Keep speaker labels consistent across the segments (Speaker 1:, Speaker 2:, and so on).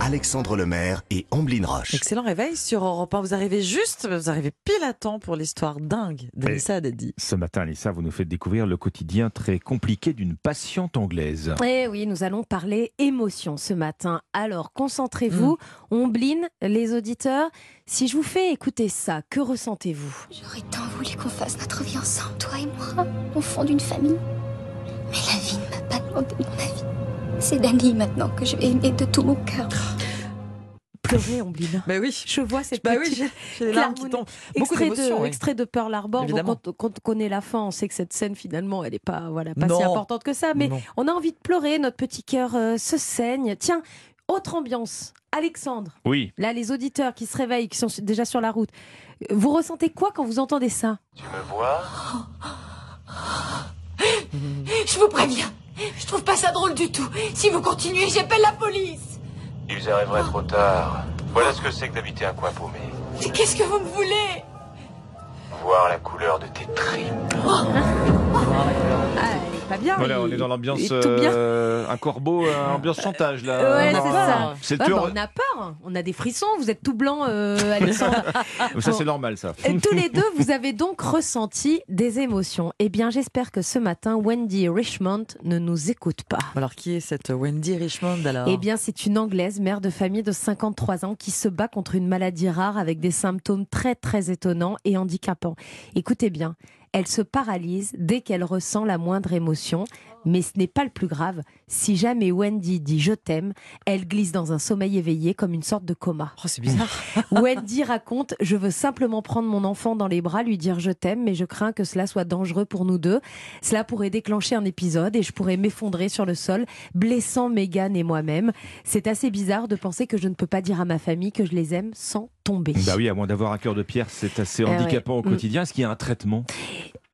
Speaker 1: Alexandre Lemaire et Amblin Roche.
Speaker 2: Excellent réveil sur Europe 1. Vous arrivez juste, vous arrivez pile à temps pour l'histoire dingue de
Speaker 3: Mais-
Speaker 2: Lissa Dadi.
Speaker 3: Ce matin, Alissa, vous nous faites découvrir le quotidien très compliqué d'une patiente anglaise.
Speaker 4: Eh oui, nous allons parler émotion ce matin. Alors, concentrez-vous,
Speaker 2: Hmm.
Speaker 4: on bline les auditeurs. Si je vous fais écouter ça, que ressentez-vous
Speaker 5: J'aurais tant voulu qu'on fasse notre vie ensemble, toi et moi, au fond d'une famille. Mais la vie ne m'a pas demandé mon avis. C'est Dani maintenant que je vais aimer de tout mon cœur.
Speaker 4: Pleurer, on bline.
Speaker 2: Bah oui,
Speaker 4: Je vois cette
Speaker 2: bah oui,
Speaker 4: petite-
Speaker 2: j'ai- j'ai les larmes qui
Speaker 4: Larmouni-
Speaker 2: tombent. Beaucoup
Speaker 4: extrait, de,
Speaker 2: d'émotions. oui.
Speaker 4: extrait de Pearl Harbor. Bon,
Speaker 2: Évidemment.
Speaker 4: quand, quand on connaît la fin, on sait que cette scène, finalement, elle n'est pas, voilà, pas
Speaker 2: Non. Hmm.
Speaker 4: si importante que ça. Mais
Speaker 2: Non.
Speaker 4: on a envie de pleurer, notre petit cœur euh, se saigne. Tiens, autre ambiance. Alexandre,
Speaker 3: Oui,
Speaker 4: là, les auditeurs qui se réveillent, qui sont su- déjà sur la route, vous ressentez quoi quand vous entendez ça
Speaker 6: Tu me vois
Speaker 7: Je vous préviens, je trouve pas ça drôle du tout. Si vous continuez, j'appelle la police.
Speaker 6: Ils arriveraient trop tard. Voilà ce que c'est que d'habiter un coin paumé.
Speaker 7: Mais qu'est-ce que vous me voulez
Speaker 6: Voir la couleur de tes tripes.
Speaker 4: Ah, elle est pas bien.
Speaker 3: voilà, on
Speaker 4: il-
Speaker 3: est dans l'ambiance
Speaker 4: il est tout bien.
Speaker 3: euh, un corbeau, euh, ambiance chantage là.
Speaker 4: Euh, Ouais,
Speaker 2: on a
Speaker 4: c'est
Speaker 2: peur.
Speaker 4: ça.
Speaker 3: C'est
Speaker 4: Ouais,
Speaker 3: dur.
Speaker 4: bah, on a peur, on a des frissons, vous êtes tout blanc, euh, Alexandre.
Speaker 3: Ça c'est normal ça.
Speaker 4: Et Tous les deux, vous avez donc ressenti des émotions. Eh bien, j'espère que ce matin, Wendy Richmond ne nous écoute pas.
Speaker 2: Alors, qui est cette Wendy Richmond alors
Speaker 4: Eh bien, c'est une Anglaise, mère de famille de 53 ans, qui se bat contre une maladie rare avec des symptômes très, très étonnants et handicapants. Écoutez bien, elle se paralyse dès qu'elle ressent la moindre émotion. Mais ce n'est pas le plus grave. Si jamais Wendy dit je t'aime, elle glisse dans un sommeil éveillé comme une sorte de coma.
Speaker 2: Oh, c'est bizarre.
Speaker 4: Wendy raconte Je veux simplement prendre mon enfant dans les bras, lui dire je t'aime, mais je crains que cela soit dangereux pour nous deux. Cela pourrait déclencher un épisode et je pourrais m'effondrer sur le sol, blessant Megan et moi-même. C'est assez bizarre de penser que je ne peux pas dire à ma famille que je les aime sans tomber.
Speaker 3: Bah oui, à moins d'avoir un cœur de pierre, c'est assez
Speaker 4: Eh ouais.
Speaker 3: handicapant au
Speaker 4: Mm.
Speaker 3: quotidien. Est-ce qu'il y a un traitement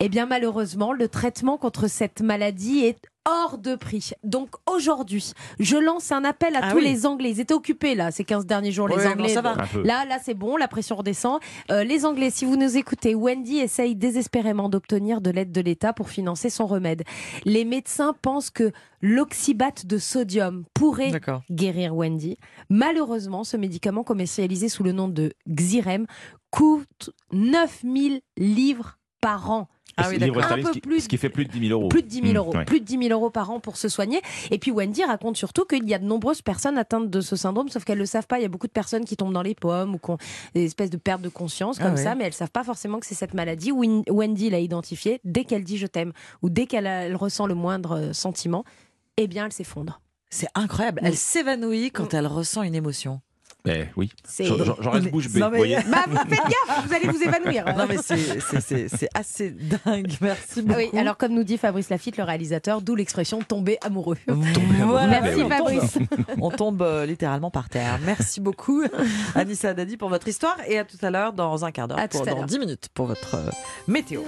Speaker 4: Eh bien, malheureusement, le traitement contre cette maladie est hors de prix. Donc aujourd'hui, je lance un appel à
Speaker 2: Ah
Speaker 4: tous
Speaker 2: oui.
Speaker 4: les Anglais. Ils étaient occupés là ces 15 derniers jours,
Speaker 2: Ouais,
Speaker 4: les
Speaker 2: non,
Speaker 4: Anglais.
Speaker 2: ça va.
Speaker 3: Un peu.
Speaker 4: Là, là, c'est bon, la pression redescend. Euh, les Anglais, si vous nous écoutez, Wendy essaye désespérément d'obtenir de l'aide de l'État pour financer son remède. Les médecins pensent que l'oxybate de sodium pourrait
Speaker 2: D'accord.
Speaker 4: guérir Wendy. Malheureusement, ce médicament commercialisé sous le nom de Xyrem coûte 9000 livres par an.
Speaker 2: Ah oui,
Speaker 3: Livre
Speaker 2: d'accord.
Speaker 3: sterling,
Speaker 4: Un peu
Speaker 3: ce qui-
Speaker 4: plus
Speaker 3: ce qui fait plus de 10 000 euros.
Speaker 4: Plus de 10 000
Speaker 3: Mm,
Speaker 4: euros.
Speaker 3: ouais.
Speaker 4: Plus de 10 000 euros par an pour se soigner. Et puis Wendy raconte surtout qu'il y a de nombreuses personnes atteintes de ce syndrome, sauf qu'elles ne le savent pas. Il y a beaucoup de personnes qui tombent dans les pommes ou qui ont des espèces de perte de conscience
Speaker 2: Ah
Speaker 4: comme
Speaker 2: ouais.
Speaker 4: ça, mais elles ne savent pas forcément que c'est cette maladie. Win- Wendy l'a identifiée dès qu'elle dit je t'aime ou dès qu'elle a- elle ressent le moindre euh, sentiment. Eh bien, elle s'effondre.
Speaker 2: C'est incroyable. Elle s'évanouit quand elle ressent une émotion.
Speaker 3: Eh oui.
Speaker 4: C'est-
Speaker 3: J'en j'en- j'en reste bouche bée.
Speaker 2: Non,
Speaker 3: vous
Speaker 2: mais-
Speaker 3: voyez.
Speaker 4: Bah, vous faites gaffe, vous allez vous évanouir.
Speaker 2: Non, mais c'est- c'est c'est- c'est assez dingue. Merci beaucoup.
Speaker 4: Ah Oui, alors comme nous dit Fabrice Lafitte, le réalisateur, d'où l'expression tomber amoureux.
Speaker 3: Ah,
Speaker 2: Voilà,
Speaker 4: Merci
Speaker 2: on
Speaker 3: bah
Speaker 4: Fabrice.
Speaker 2: tombe- On tombe euh, littéralement par terre. Merci beaucoup, Anissa Dadi, pour votre histoire. Et à tout à l'heure, dans un quart d'heure,
Speaker 4: À tout
Speaker 2: pour-
Speaker 4: à
Speaker 2: dans
Speaker 4: l'heure.
Speaker 2: 10 minutes, pour votre euh, météo.